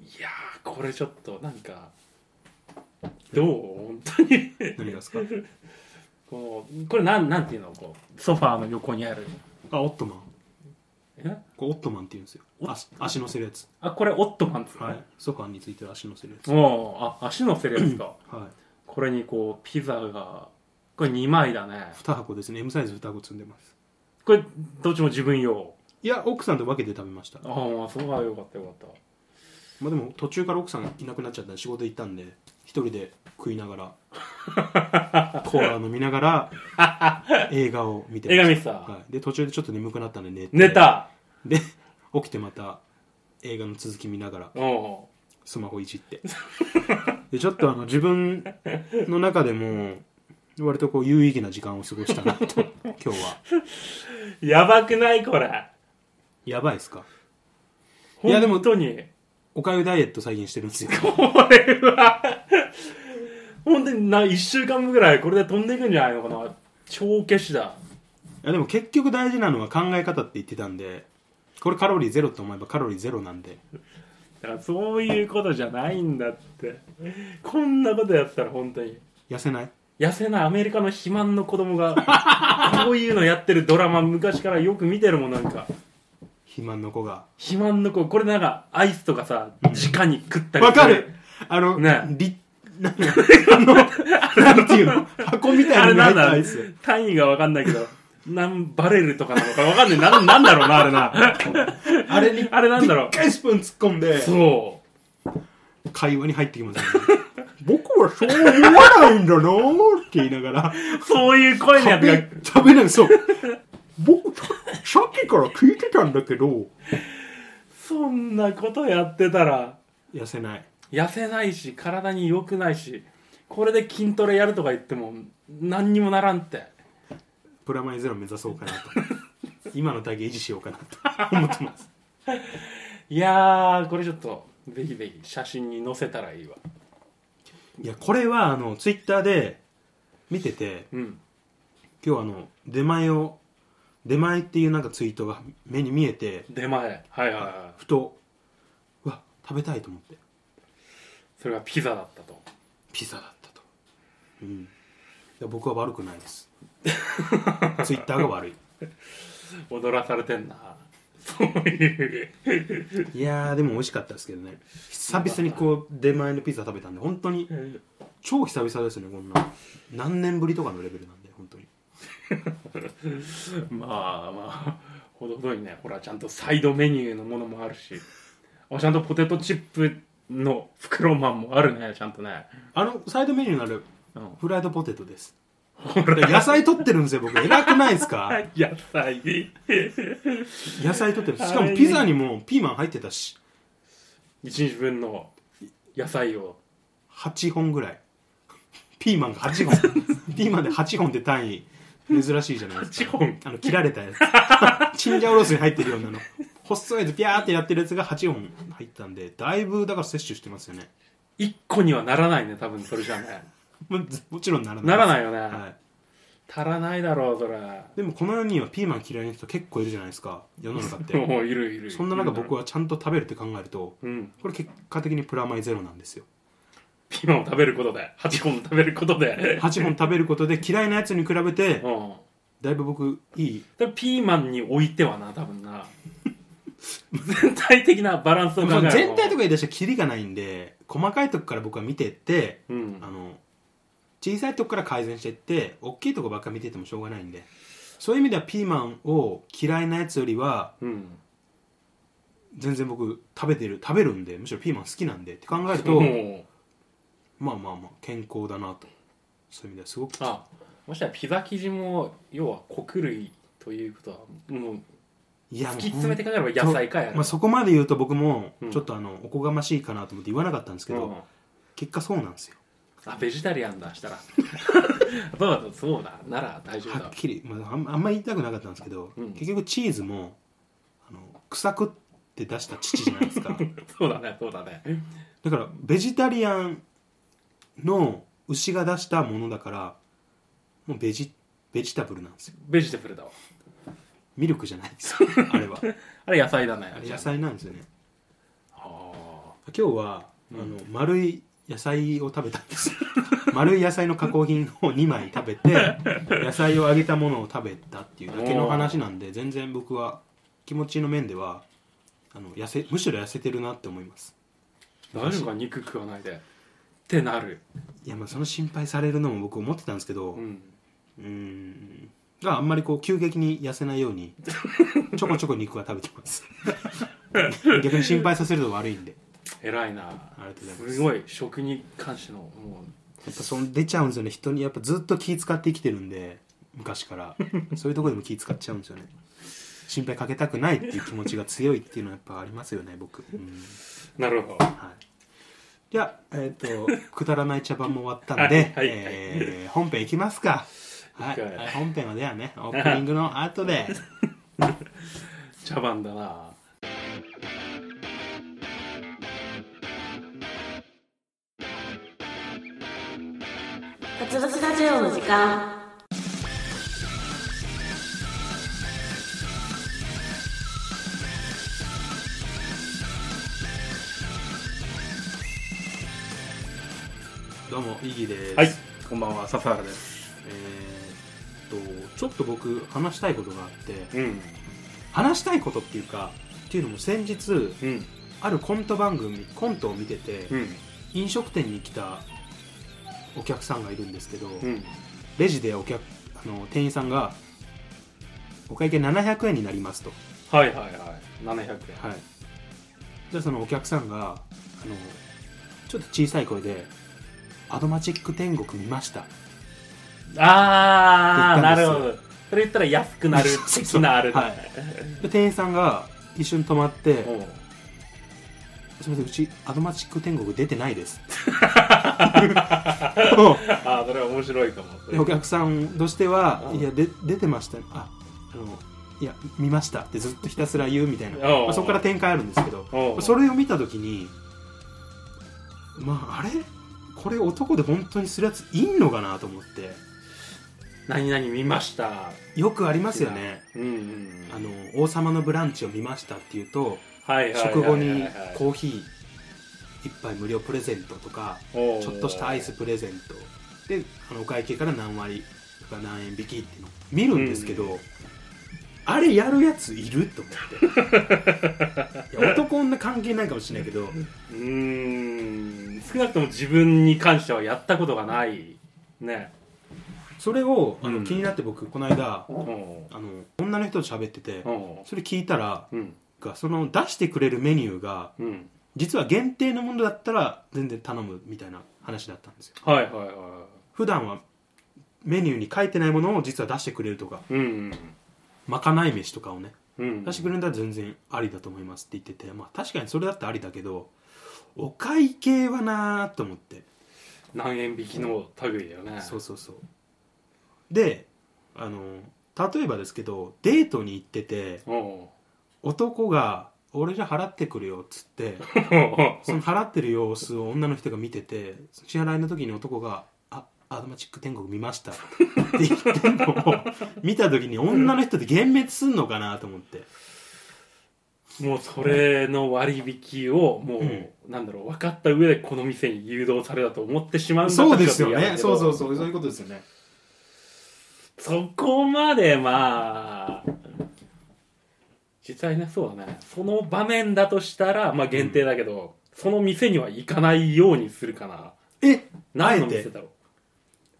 いやーこれちょっとなんかどう本当に 何がですかこうこれなんなんていうのこうソファーの横にあるあオットマンえこれオットマンって言うんですよ足足乗せるやつ、あこれオットマンですね、はい、ソファーについてる足乗せるやつ、おーあ足のせるやつ かはい、これにこうピザがこれ2枚だね2箱ですね M サイズ2箱積んでますこれどっちも自分用いや奥さんと分けて食べましたああそうはよかったよかっまあでも途中から奥さんいなくなっちゃったんで仕事行ったんで一人で食いな がらコーラ飲みながら映画を見てた映画見てた、はい、で途中でちょっと眠くなったんで寝て寝たで起きてまた映画の続き見ながらおスマホいじって でちょっとあの自分の中でも割とこう有意義な時間を過ごしたな と今日はーやばくないこれやばいですかいやでも本当におかゆダイエット最近してるんですよこれは本当にな1週間分ぐらいこれで飛んでいくんじゃないのかな超消しだいやでも結局大事なのは考え方って言ってたんでこれカロリーゼロと思えばカロリーゼロなんでだからそういうことじゃないんだってこんなことやってたら本当に痩せない痩せないアメリカの肥満の子供がこういうのやってるドラマ昔からよく見てるもんなんか肥満の子が肥満の子これなんかアイスとかさ直に食ったりわかるあの、ねりなんか あのなんていうの箱みたあいれななんのがだ入ったアイス単位がわかんないけど何バレルとかなのかわかんないななんだろうなあれなあれにあれなんだろうでっかいスプーン突っ込んでそう会話に入ってきますよね 僕はそう思わないんだなーって言いながらそういう声のや食つがべ、食べないそう僕ささっきから聞いてたんだけどそんなことやってたら、痩せない痩せないし、体に良くないし、これで筋トレやるとか言っても、何にもならんって。プラマイゼロ目指そうかなと今の体型維持しようかなと思ってますいやー、これちょっと、ぜひぜひ写真に載せたらいいわ。いやこれはあのツイッターで見ててうん。今日あの出前を出前っていうなんかツイートが目に見えて出前。はいはいはふとうわ食べたいと思ってい。それがピザだったと。ピザだったと、うん、いや僕は悪くないですツイッターが悪い踊らされてんな。そういう。いやーでも美味しかったですけどね久々にこう出前のピザ食べたんで本当に超久々ですねこんな何年ぶりとかのレベルなんで本当に まあまあ、 ほどほどにね、ほら、ちゃんとサイドメニューのものもあるし、あちゃんとポテトチップの袋まんもあるね、ちゃんとね。あのサイドメニューになるうんフライドポテトですほら、野菜取ってるんですよ僕偉くないですか野菜。野菜取ってるしかもピザにもピーマン入ってたし一日分の野菜を。 8本ぐらいピーマンが8本 ピーマンで8本って単位珍しいじゃないですか8本。あの切られたや つチンジャオロースに入ってるようなの細いやつピャーってやってるやつが8本入ったんでだいぶだから摂取してますよね1個にはならないね、多分それじゃね。ももちろんならないならないよね。はい、足らないだろう、それ。でもこの世にはピーマン嫌いな人結構いるじゃないですか世の 中ってもういるいる。そんな中僕は。はちゃんと食べるって考えるとうん。これ結果的にプラマイゼロなんですよピーマンを食べることで、8本食べること で。 8本食べることで嫌いなやつに比べ てうん。だいぶ僕いいでピーマンに置いてはな、多分な。全体的なバランスを考える全体とか言い出したらキリがないんで細かいとこから僕は見てってうんあ。の小さいとこから改善していって大きいとこばっか見ててもしょうがないんでそういう意味ではピーマンを嫌いなやつよりはうん。全然僕食べてる食べるんでむしろピーマン好きなんでって考えるとうんまあまあまあ健康だなとそういう意味ではすごくあもしかしたらピザ生地も要は穀類ということはもういや突もうき詰めて考えれば野菜かやまあ、そこまで言うと僕もうんちょっとあのおこがましいかなと思って言わなかったんですけど、うん結果そうなんですよあベジタリアンだ したらそうだそうだなら大丈夫はっだきり、まあ、あんあんまり言いたくなかったんですけど、うん結局チーズもあの臭くって出した父じゃないですかそうだねそうだねだからベジタリアンの牛が出したものだからもうベジベジタブルなんですよベジタブルだわミ ルクじゃないですよあれはあれ野菜だねあれ野菜なんですよねあー今日は、あの丸い野菜を食べたんです 丸い野菜の加工品を2枚食べ て野菜を揚げたものを食べたっていうだけの話なんで全然僕は気持ちの面ではあの痩せむしろ痩せてるなって思います大丈夫か肉食わないでってなるいやまあその心配されるのも僕思ってたんですけどううんーんがあんまりこう急激に痩せないよう にちょこちょこ肉は食べてます逆に心配させると悪いんで偉いなありがとうございますすごい食に関してのもやっぱその出ちゃうんですよね人にやっぱずっと気使って生きてるんで昔からそういうところでも気使っちゃうんですよね心配かけたくないっていう気持ちが強いっていうのはやっぱありますよね僕、うんうなるほどはい、じゃあ、えー、とくだらない茶番も終わったん で、はいはいはいえー本編いきますかはいいくかはい本編はではねオープニングの後で茶番だなガツガツラジオの時間。どうもイギです、はいこんばんは笹原ですえー、っとちょっと僕話したいことがあってうん話したいことっていうかっていうのも先日うんあるコント番組コントを見てて、うん飲食店に来たお客さんがいるんですけど、うんレジでお客あの店員さんが「お会計700円になります」と、はいはいはい700円はい、じゃあそのお客さんがあのちょっと小さい声で「アドマチック天国見ました」ああなって言ったんでるすよほどそれ言ったら安くなる的なあれだ、はいで店員さんが一瞬止まっておう「すみませんうちアドマチック天国出てない です」うんああそれは面白いかもでお客さんとしてはう「んいやで出てましたねああのいや見ました」ってずっとひたすら言うみたいな、おうまあ、そこから展開あるんですけおどうそれを見た時にまああれこれ男で本当にするやついんのかなと思って何々見ましたよくありますよねうんうんうん「あの王様のブランチを見ました」っていうとはいはいはいはいはい食後にコーヒー一杯無料プレゼントとかちょっとしたアイスプレゼントであのお会計から何割とか何円引きっていうのを見るんですけど、うあれやるやついると思 っていや男女関係ないかもしれないけどうーん少なくとも自分に関してはやったことがないねそれをあの、うん気になって僕この間おうんあの女の人と喋っててうんそれ聞いたらうんがその出してくれるメニューがうん実は限定のものだったら全然頼むみたいな話だったんですよはいはいは普段はメニューに書いてないものを実は出してくれるとかいうんまかない飯とかをねうんうん出してくれるんだったら全然ありだと思いますって言ってて、まあ、確かにそれだったらありだけどお会計はなーと思って何円引きの類だよねそうそうそうであの例えばですけどデートに行ってておう男が「俺じゃ払ってくるよ」っ つってその払ってる様子を女の人が見てて支払いの時に男が「あアドマチック天国見ました」って言ってるの を見た時に女の人って幻滅すんのかなと思ってもうそれの割引をもう、うんなんだろう分かった上でこの店に誘導されたと思ってしまうんだそうですよね私そはう嫌だけどそうそうそういうことですよねそこまでまあ実際ねそうだねその場面だとしたらまあ限定だけど、その店には行かないようにするかなえ何の店だろ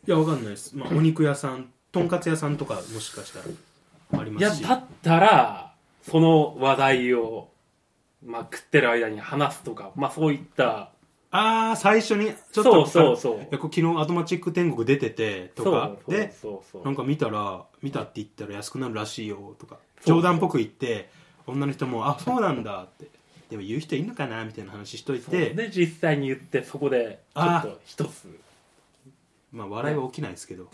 いや、わかんないです。まあ、お肉屋さん、とんかつ屋さんとか、もしかしたら。ありうまいやすし。だったらその話題を、まあ、食ってる間に話すとかまあそういったああ、最初に、ちょっそと。うそうう。そういやこれ昨日、アトマチック天国出てて、とか。そうで、そうそうなそんうか見たら、見たって言ったら安くなるらしいよ、とか。そう冗談っぽく言って、女の人も、あ、そうなんだって。でも言う人いんのかなみたいな話しといそうて、で実際に言ってそこでちょっと一つまあ笑いは起きないです けど。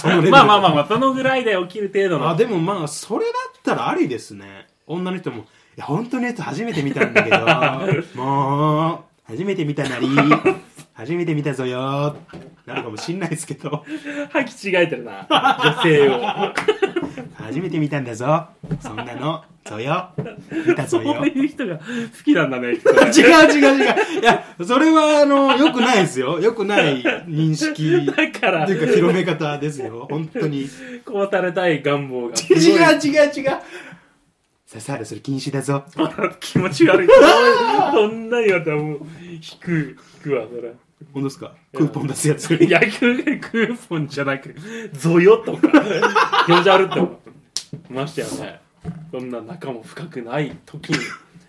そのレベルまあまあまあまあそのぐらいで起きる程度あのでもまあそれだったらありですね女の人も「 いや本当のやつ初めて見たんだけどもう初めて見たなり初めて見たぞよーなるかもしんないですけど履き違えてるな女性 を初めて見たんだぞそんなのぞよ見たそぞうよ違いう人が好きなんだねきっとう違う違ういやそれはあのよくないですよよくない認識だからっていうか広め方ですよ本 当に違こうされたい願望がう違う違う刺さるそれ禁止だぞ気持ち悪 いそんなにやったらもう引く引くわそれ本当ですかクーポン出すやつ野球クーポンじゃなくゾヨとか気持ち悪いって思うましてやねそんな仲も深くない時に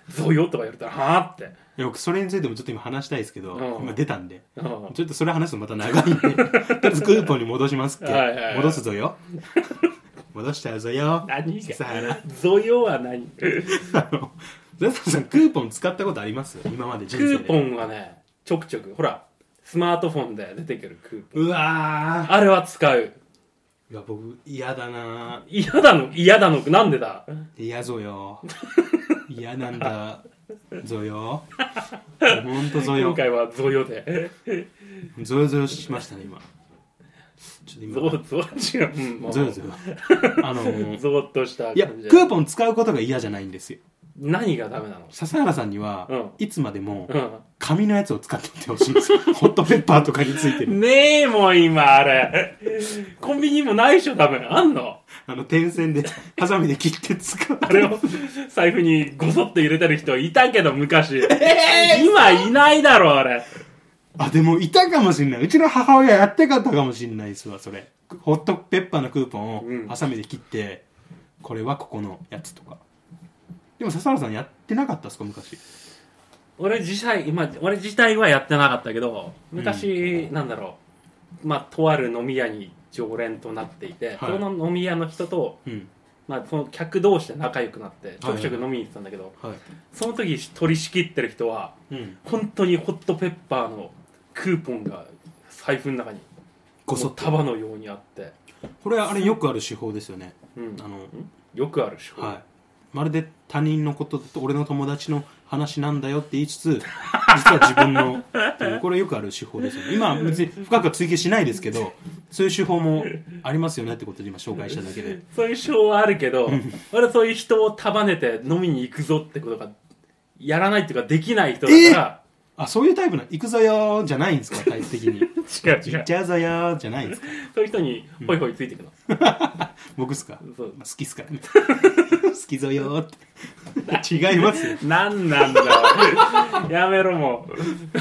ゾヨとか言われたらはあっていや僕それについてもちょっと今話したいですけど、うん今出たんでうんちょっとそれ話すとまた長 いんでとりあえずクーポンに戻しますっけはいはいはい戻す ぞよ戻しちゃうぞよ何さがあなゾヨは何クあのザザさんクーポン使ったことあります今まで人生でーポンはねちょくちょくほらスマートフォンで出てくるクーポンうわあれは使うーいや僕嫌だな嫌だの嫌だのなんでだ嫌 ぞよ嫌なんだ ぞよほんとぞ今よ回はゾヨでぞよぞよしましたね今ちょっと今ゾウゾウ違ううんもうぞよぞよあの ゾーっとしたいや感クじでーポン使うことが嫌じゃないんですよ何がダメなの笹原さんには、うんいつまでもうん紙のやつを使ってみてほしいん ですよホットペッパーとかについてるねえもう今あれコンビニもないでしょ多分あんのあの点線でハサミで切って使うあれを財布にごそっと入れてる人いたけど昔、今いないだろあれあ、でもいたかもしんない。うちの母親やってかったかもしんないですわ、それ。ホットペッパーのクーポうンんをハサミで切って、これはここのやつとか。でも笹原さんやってなかったですか、昔。俺自体今俺自体はやってなかったけど昔、なんだろうまあとある飲み屋に常連となっていて、はそいの飲み屋の人と、うん。まあ、その客同士で仲良くなってちょくちょく飲みに行ってたんだけど、はい。その時取り仕切ってる人はうん。本当にホットペッパーのクーポンが財布の中にこそもう束のようにあって、これ、あれよくある手法ですよね。うんあの、よくある手法、はい。まるで他人のことと俺の友達の話なんだよって言いつ つ、実は自分の、っていうこれよくある手法ですよね。今は別に深くは追求しないですけど、そういう手法もありますよねってことで今紹介しただけで。そういう手法はあるけど俺はそういう人を束ねて飲みに行くぞってことがやらないっていうかできない人だかあ、そういうタイプなの行くぞよーじゃ ないんですか、タイプ的に。ら、違う違行うっちゃうぞよーじゃないんですか。そういう人にホイホイついていくの、僕っすか、そうまあ好きっすからね。好きぞよーって。違いますよ。なんなんだよやめろもう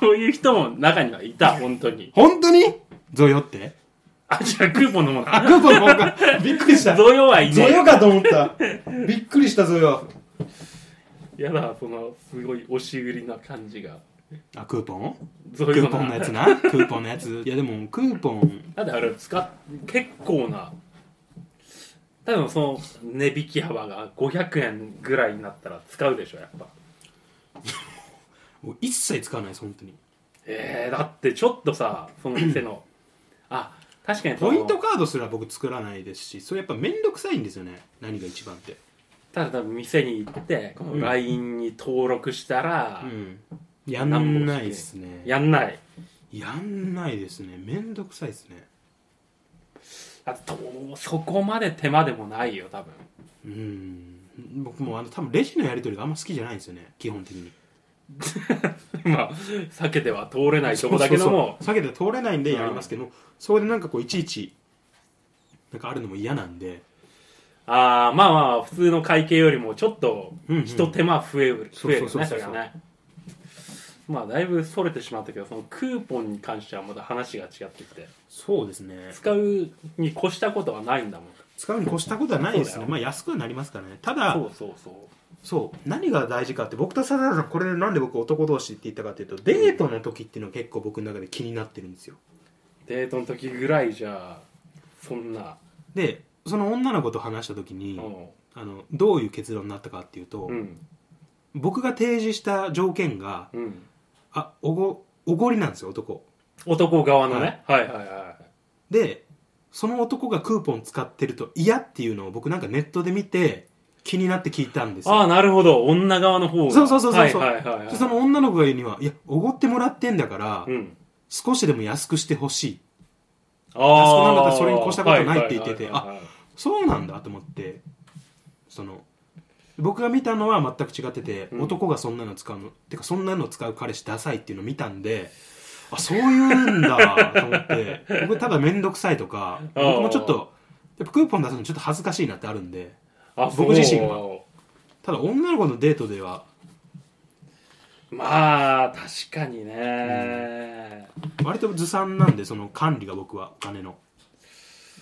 そういう人も中にはいた本当に本当にぞよ ってあじ ゃあクーポンのもあ、のクーポンの方がびっくりした。ぞ同様はいねえよかと思った。びっくりしたぞよ。やだそのすごい押し売りな感じがあ、クーポンそうクいうーのポンのやなつな。クーポンのやつ。いやでも、クーポン、だってあれ使っ結構な多分その値引き幅が500円ぐらいになったら使うでしょやっぱ一切使わないです、本当に。えー、だってちょっとさその店のあ確かにそのポイントカードすら僕作らないですし、それやっぱめんどくさいんですよね。何が一番って。ただ多分店に行ってこうのん LINE に登録したら、うん。やんないっすね。やんないやんないですねめんどくさいですねあとそこまで手間でもないよ多 分うん僕もあの多分レジのやり取りがあんま好きじゃないんですよね基本的にまあ避けては通れないとこだけどもそうそうそう下げて通れないんでやりますけど、そこでなんかこういちいちなんかあるのも嫌なんでああまあまあ普通の会計よりもちょっとうんうんひと手間増えるそ増うえるそうよそねそうそうれがねまあだいぶそれてしまったけどそのクーポンに関してはまた話が違ってきてそうですね使うに越したことはないんだもん使うに越したことはないですそうだねよまあ安くはなりますからねただそうそうそうそう何が大事かって僕と笹原さんこれなんで僕男同士って言ったかっていうとデートの時っていうのは結構僕の中で気になってるんですよデートの時ぐらいじゃそんなでその女の子と話した時うに、んあのどういう結論になったかっていうと、うん僕が提示した条件がうんあおごおごりなんですよ男男側のねはいはいはでその男がクーポン使ってると嫌っていうのを僕なんかネットで見て気になって聞いたんですよああ、なるほど。女側の方が。そうそうそうそうそう、はいはいはい、はい。その女の子が言うには「いやおごってもらってんだから、うん。少しでも安くしてほしいああ。そうなんだったらそれに越したことないって言っててはいはいはいはい」そうなんだと思ってその僕が見たのは全く違ってて、うん男がそんなの使うのてかそんなの使う彼氏ダサいっていうのを見たんであそういうんだと思って僕ただ面倒くさいとかあー僕もちょっとやっぱクーポン出すのちょっと恥ずかしいなってあるんであ僕自身がそうただ女の子のデートではまあ、確かにね。割とずさんなんでその管理が僕はお金の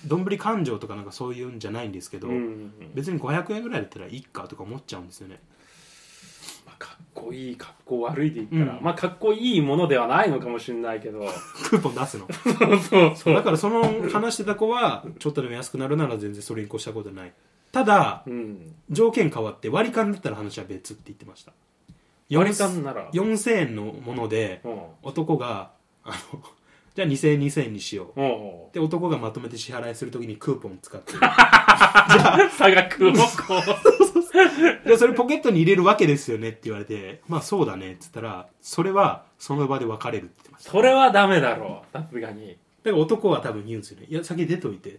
どんぶり勘定とかなんかそういうんじゃないんですけど、うん。別に500円ぐらいだったらいいかとか思っちゃうんですよねまあ、かっこいいかっこ悪いで言ったら、うんまあかっこいいものではないのかもしれないけどクーポン出すのそうそうそだう、からその話してた子はちょっとでも安くなるなら全然それに越したことないただうん、条件変わって割り勘だったら話は別って言ってました割り勘なら4000円のものでうん男があのじゃあ2000円2000円にしよううんで男がまとめて支払いするときにクーポン使って 差額をこうでそれポケットに入れるわけですよねって言われてまあそうだねって言ったらそれはその場で別れるって言ってましたそれはダメだろうさすがにだから男は多分言うんですよねいや先出といて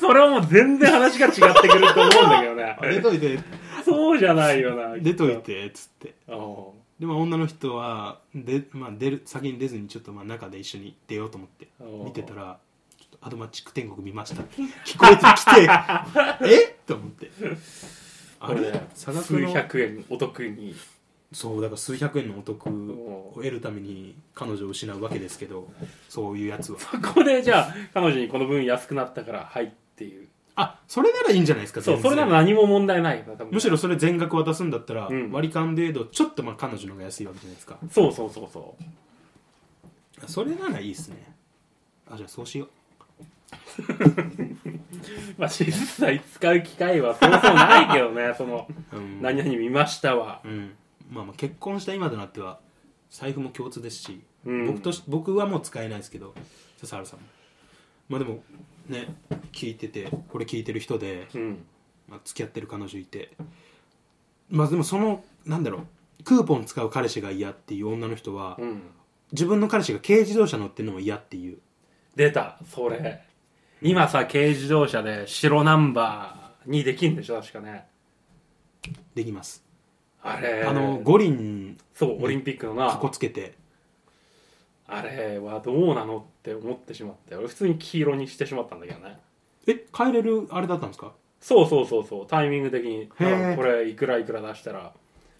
それはもう全然話が違ってくると思うんだけどね あ出といてそうじゃないよな出といてっつってうんでも女の人はで、まあ、出る先に出ずにちょっとまあ中で一緒に出ようと思っておー見てたら「ちょっとアドマチック天国見ました」って 聞こえてき てえっと思ってあこれれね差額数の百円お得にそうだから数百円のお得をお得るために彼女を失うわけですけどそういうやつはそこでじゃあ彼女にこの分安くなったからはいっていうあそれならいいんじゃないですかそう全そ然れなら何も問題ない多分むしろそれ全額渡すんだったらうん割り勘程度ちょっとまあ彼女の方が安いわけじゃないですかそうそうそうそそれならいいですねあじゃあそうしよううまあ実際使う機会はそうそうないけどね そのうん何々見ましたわうん、まあまあ結婚した今となっては財布も共通ですし、うん僕とし僕はもう使えないですけど笹原さんもまあでもね聞いててこれ聞いてる人で、うんまあ、付き合ってる彼女いてまあでもそのなんだろうクーポン使う彼氏が嫌っていう女の人は、うん自分の彼氏が軽自動車乗ってるのも嫌っていう出たそれ今さ軽自動車で白ナンバーにできんでしょ確かねできます、あれあの五輪そうオリンピックのかなこつけてあれはどうなのって思ってしまって俺普通に黄色にしてしまったんだけどねえ変えれるあれだったんですかそうそうそうそうタイミング的にへーあこれいくらいくら出したら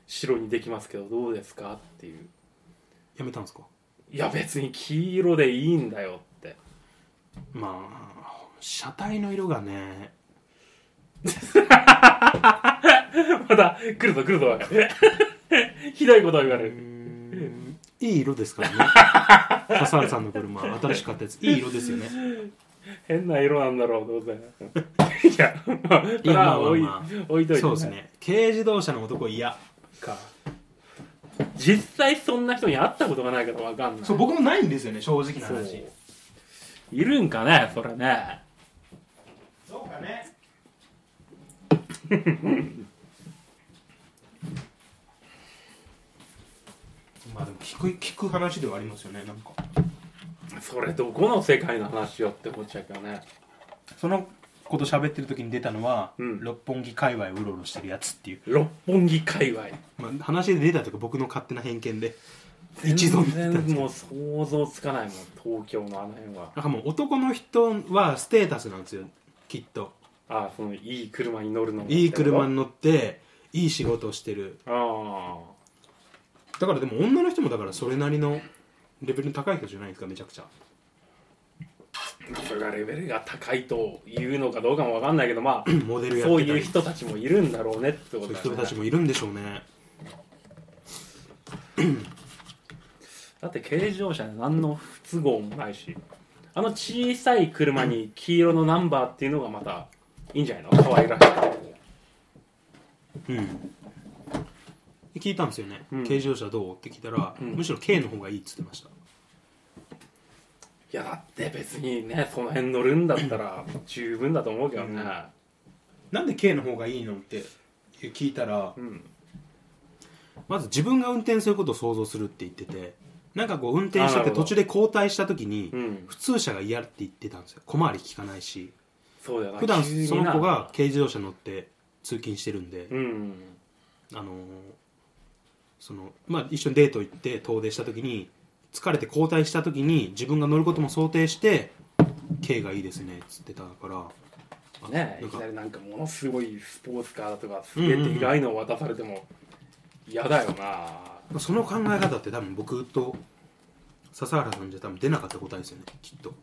白にできますけどどうですかっていうやめたんですかいや別に黄色でいいんだよって まあ車体の色がねまた来るぞ来るぞ おいひどいことを言われうーるんいい色ですからね 笠原さんの車新しかったやついい色ですよね変な色なんだろうどうせ いやまあそれまはあまあ置いまあ置いといてそうですね軽自動車の男嫌か実際そんな人に会ったことがないからわかんない僕もないんですよね正直なそういるんかねそれねそうかね まあでも聞く聞く話ではありますよねなんかそれどこの世界の話よって思っちゃうけどねそのこと喋ってる時に出たのは、うん六本木界隈をうろうろしてるやつっていう、六本木界隈まあ、話で出たというか僕の勝手な偏見で一度見た全んですけ然どもう想像つかないもん東京のあの辺はなんかもう男の人はステータスなんですよきっとああそのいい車に乗るのもいい車にあ乗っていい仕事をしてるあだからでも女の人もだからそれなりのレベルの高い人じゃないですかめちゃくちゃそれがレベルが高いというのかどうかもわかんないけどまあモデルやってそたうりいう人たちもいるんだろうねってこそとういうだ人よたちねもいるんでしょうねだって軽自動車で何の不都合もないしあの小さい車に黄色のナンバーっていうのがまたいいんじゃないの可愛らしくてうんで聞いたんですよね、うん軽自動車どうって聞いたら、うんむしろ軽の方がいいっつってましたいやだって別にねその辺乗るんだったら十分だと思うけどね、なんで K の方がいいのって聞いたらうんまず自分が運転することを想像するって言っててなんかこう運転あしてなるてほど途中で交代した時にうん普通車が嫌って言ってたんですよ小回り利かないしそうだよな普段急になその子が軽自動車乗って通勤してるんで、うんあのーそのまあ、一緒にデート行って遠出した時に疲れて交代した時に自分が乗ることも想定して軽がいいですねっつってたからあねえないんきかなりなんかものすごいスポーツカーだとかすげえでかいのを渡されても嫌だよなその考え方って多分僕と笹原さんじゃ多分出なかった答えですよねきっと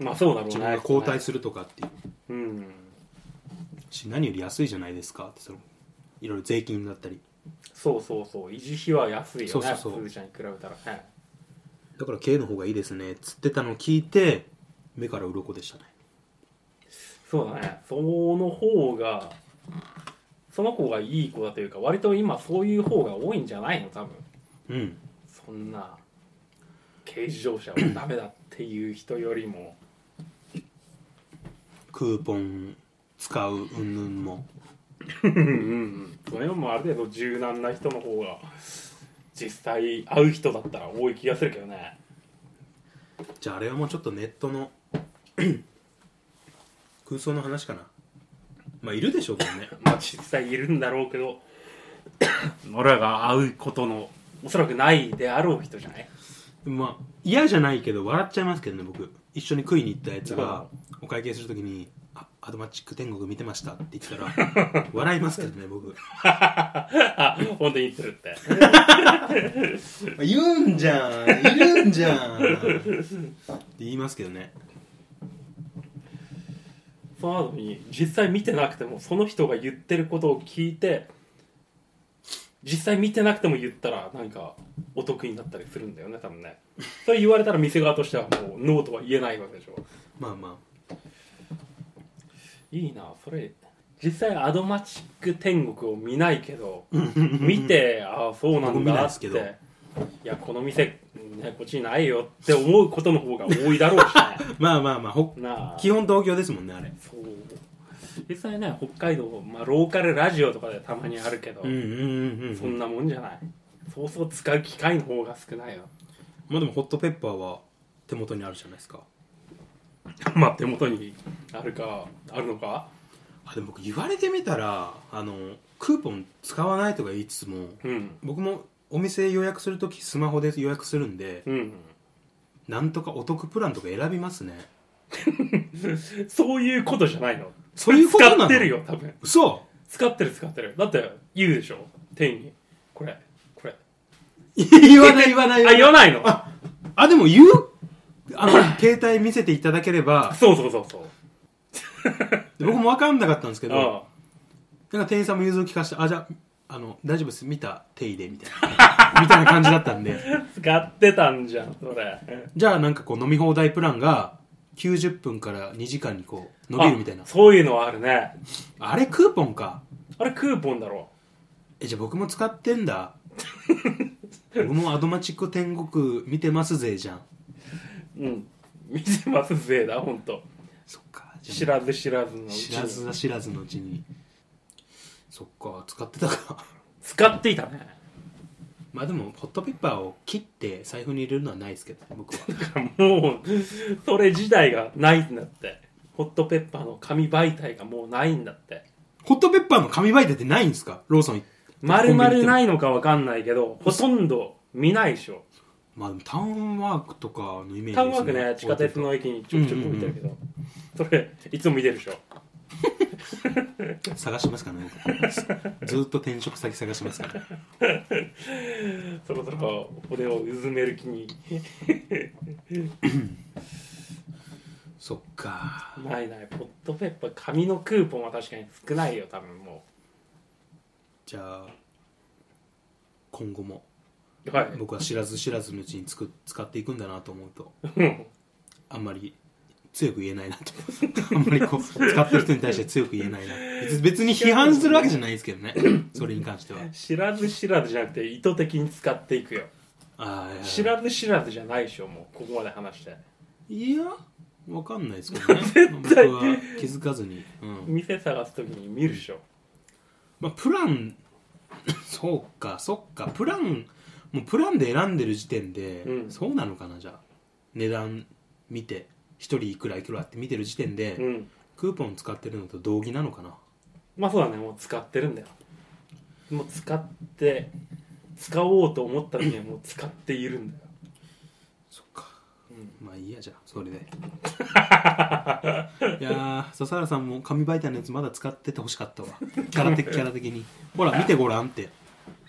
まあそうだろうね自分が交代するとかっていううんし何より安いじゃないですかってそのいろいろ税金だったりそうそうそう維持費は安いよねそうそうそう普通車に比べたらねだから軽の方がいいですねっつってたのを聞いて目から鱗でしたねそうだねその方がその子がいい子だというか割と今そういう方が多いんじゃないの多分うんそんな軽自動車はダメだっていう人よりもクーポン使ううんぬんもうんうんうんそれもある程度柔軟な人の方が実際会う人だったら多い気がするけどねじゃああれはもうちょっとネットの 空想の話かなまあいるでしょうけどねまあ実際いるんだろうけど 俺らが会うことのおそらくないであろう人じゃない まあ嫌じゃないけど笑っちゃいますけどね僕一緒に食いに行ったやつがお会計するときに「あアドマチック天国見てました」って言った ら笑いますけどね僕あ本当に言ってるって言うんじゃんいるんじゃんって言いますけどねその後に実際見てなくてもその人が言ってることを聞いて実際見てなくても言ったらなんかお得になったりするんだよね多分ねそれ言われたら店側としてはもうノーとは言えないわけでしょまあまいいなそれ実際アドマチック天国を見ないけどあ見てああそうな僕ん見ないだでっすてけいどやこの店、ね、こっちにないよって思うことの方が多いだろうし まあまあまあほねなあ基本東京ですもんねあれそう実際ね北海道、まあ、ローカルラジオとかでたまにあるけど、うんうんうんそうんんなもんじゃないそうそう使う機会の方が少ないよまあでもホットペッパーは手元にあるじゃないですかまあ手元にあるかあるのかあでも僕言われてみたらあのクーポン使わないとか言いつつもうん僕もお店予約するときスマホで予約するんでうんなんとかお得プランとか選びますねそういうことじゃないのそういうことなの使ってるよ多分嘘使ってる使ってるだって言うでしょ店員にこれこれ言わない言わないあ言わないのああでも言うあの携帯見せていただければそうそうそうそうで僕も分かんなかったんですけどあなんか店員さんも融通きかしてあじゃああの大丈夫です見た手入れみたいな みたいな感じだったんであ使ってたんじゃんそれじゃあなんかこう飲み放題プランが90分から2時間にこう伸びるみたいなあそういうのはあるねあれクーポンかあれクーポンだろえじゃあ僕も使ってんだ僕もアドマチック天国見てますぜじゃんうん見てますぜだほんとそっか知じゃらず知らずのうあちに知らずは知らずのうちにそっか使ってたか使っていたねまあでもホットペッパーを切って財布に入れるのはないですけど 僕はだからもうそれ自体がないんだってホットペッパーの紙媒体がもうないんだってホットペッパーの紙媒体ってないんですかローソン行って丸コンビニ行って々もないのかわかんないけどほとんど見ないでしょまあでもタウンワークとかのイメージですねタウンワークね地下鉄の駅にちょくちょく見てるけど、それいつも見てるでしょ探しますからね僕ずっと転職先探しま すからそろそろ俺をうずめる気にそっかないないポットペッパー紙のクーポンは確かに少ないよ多分もじゃあ今後もうはい僕は知らず知らずのうちにつく使っていくんだなと思うとあんまり強く言えないなと あんまりこう使ってる人に対して強く言えないな別別に批判するわけじゃないですけど ねそれに関しては知らず知らずじゃなくて意図的に使っていくよああ知らず知らずじゃないでしょもうここまで話していやわかんないですけどね僕対は気づかずに、うん店探す時に見るでしょまあプラン そうかそっかプランもうプランで選んでる時点で、うんそうなのかなじゃあ値段見て一人いくらいくらって見てる時点で、うんクーポン使ってるのと同義なのかなまあそうだねもう使ってるんだよもう使って使おうと思った時にはもう使っているんだよそっか、うまあいいやじゃあそれ でいやー笹原さんも紙媒体のやつまだ使っててほしかったわキャラ 的キャラ的にほら見てごらんって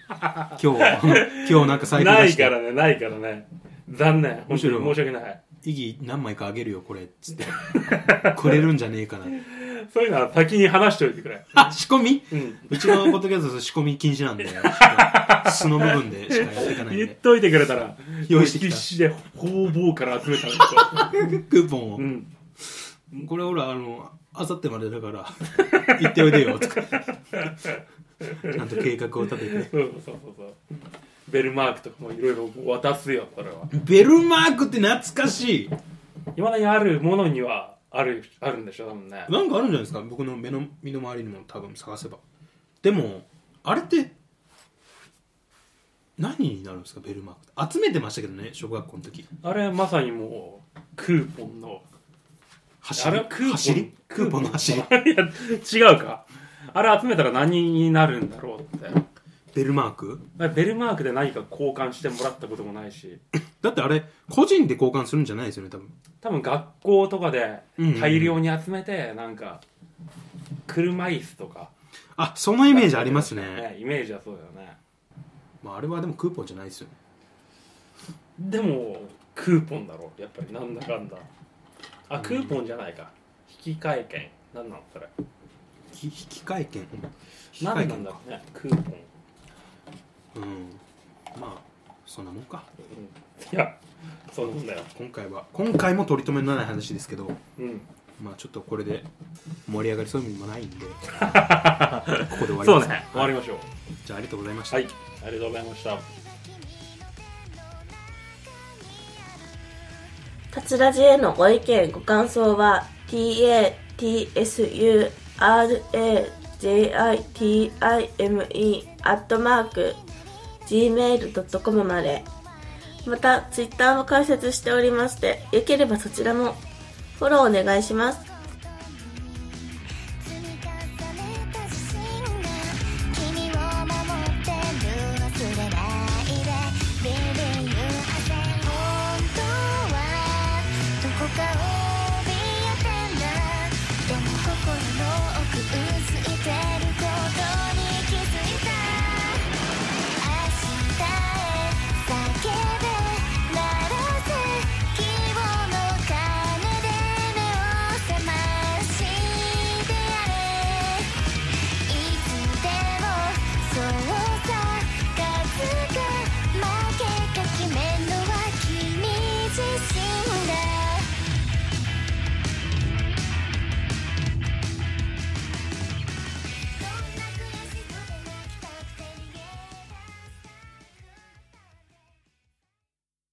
今 日今日なんかサイトな出いしからてねないからね残念本当にむ申しし訳ない意義何枚かあげるよこれっつってくれるんじゃねえかなそういうのは先に話しておいてくれあ仕込みうんうちのポッドキャスト仕込み禁止なん でちょっと素の部分でしかやっていかないん言っでといてくれたら用意してきた必死で方々から集めたんだけクーポンを、どうんこれほらあのあさってまでだから行っておいでよとかちゃんと計画を立ててそうそうそうそうベルマークとかもいろいろ渡すよそれはベルマークって懐かしいいまだにあるものにはあるあるんでしょ多分ねなんかあるんじゃないですか僕の目の身の回りにも多分探せばでもあれって何になるんですかベルマークって集めてましたけどね小学校の時あれまさにもうクーポンの 走あれりはクーポン走りクーポンの走りいや違うかあれ集めたら何になるんだろうってベルマークあれベルマークで何か交換してもらったこともないしだってあれ個人で交換するんじゃないですよね多分多分学校とかでうんうんうん大量に集めてなんか車椅子とかあそのイメージありますね、ねイメージはそうだよねまあ、あれはでもクーポンじゃないですよねでもクーポンだろやっぱりなんだかんだあクーポンじゃないか引き換え券何なのそれき引き換え券引何なんだろうねクーポンうんまあそんなもんかいやそうなんだよ今回は今回も取り留めのない話ですけどうんまあちょっとこれで盛り上がりそうにもないん でここで終わりそまうすね終わりましょうじゃあありがとうございました、はいありがとうございましたタツラジへのご意見ご感想は tatsurajitime アットマーク gmail.com までまたツイッターも開設しておりましてよければそちらもフォローお願いします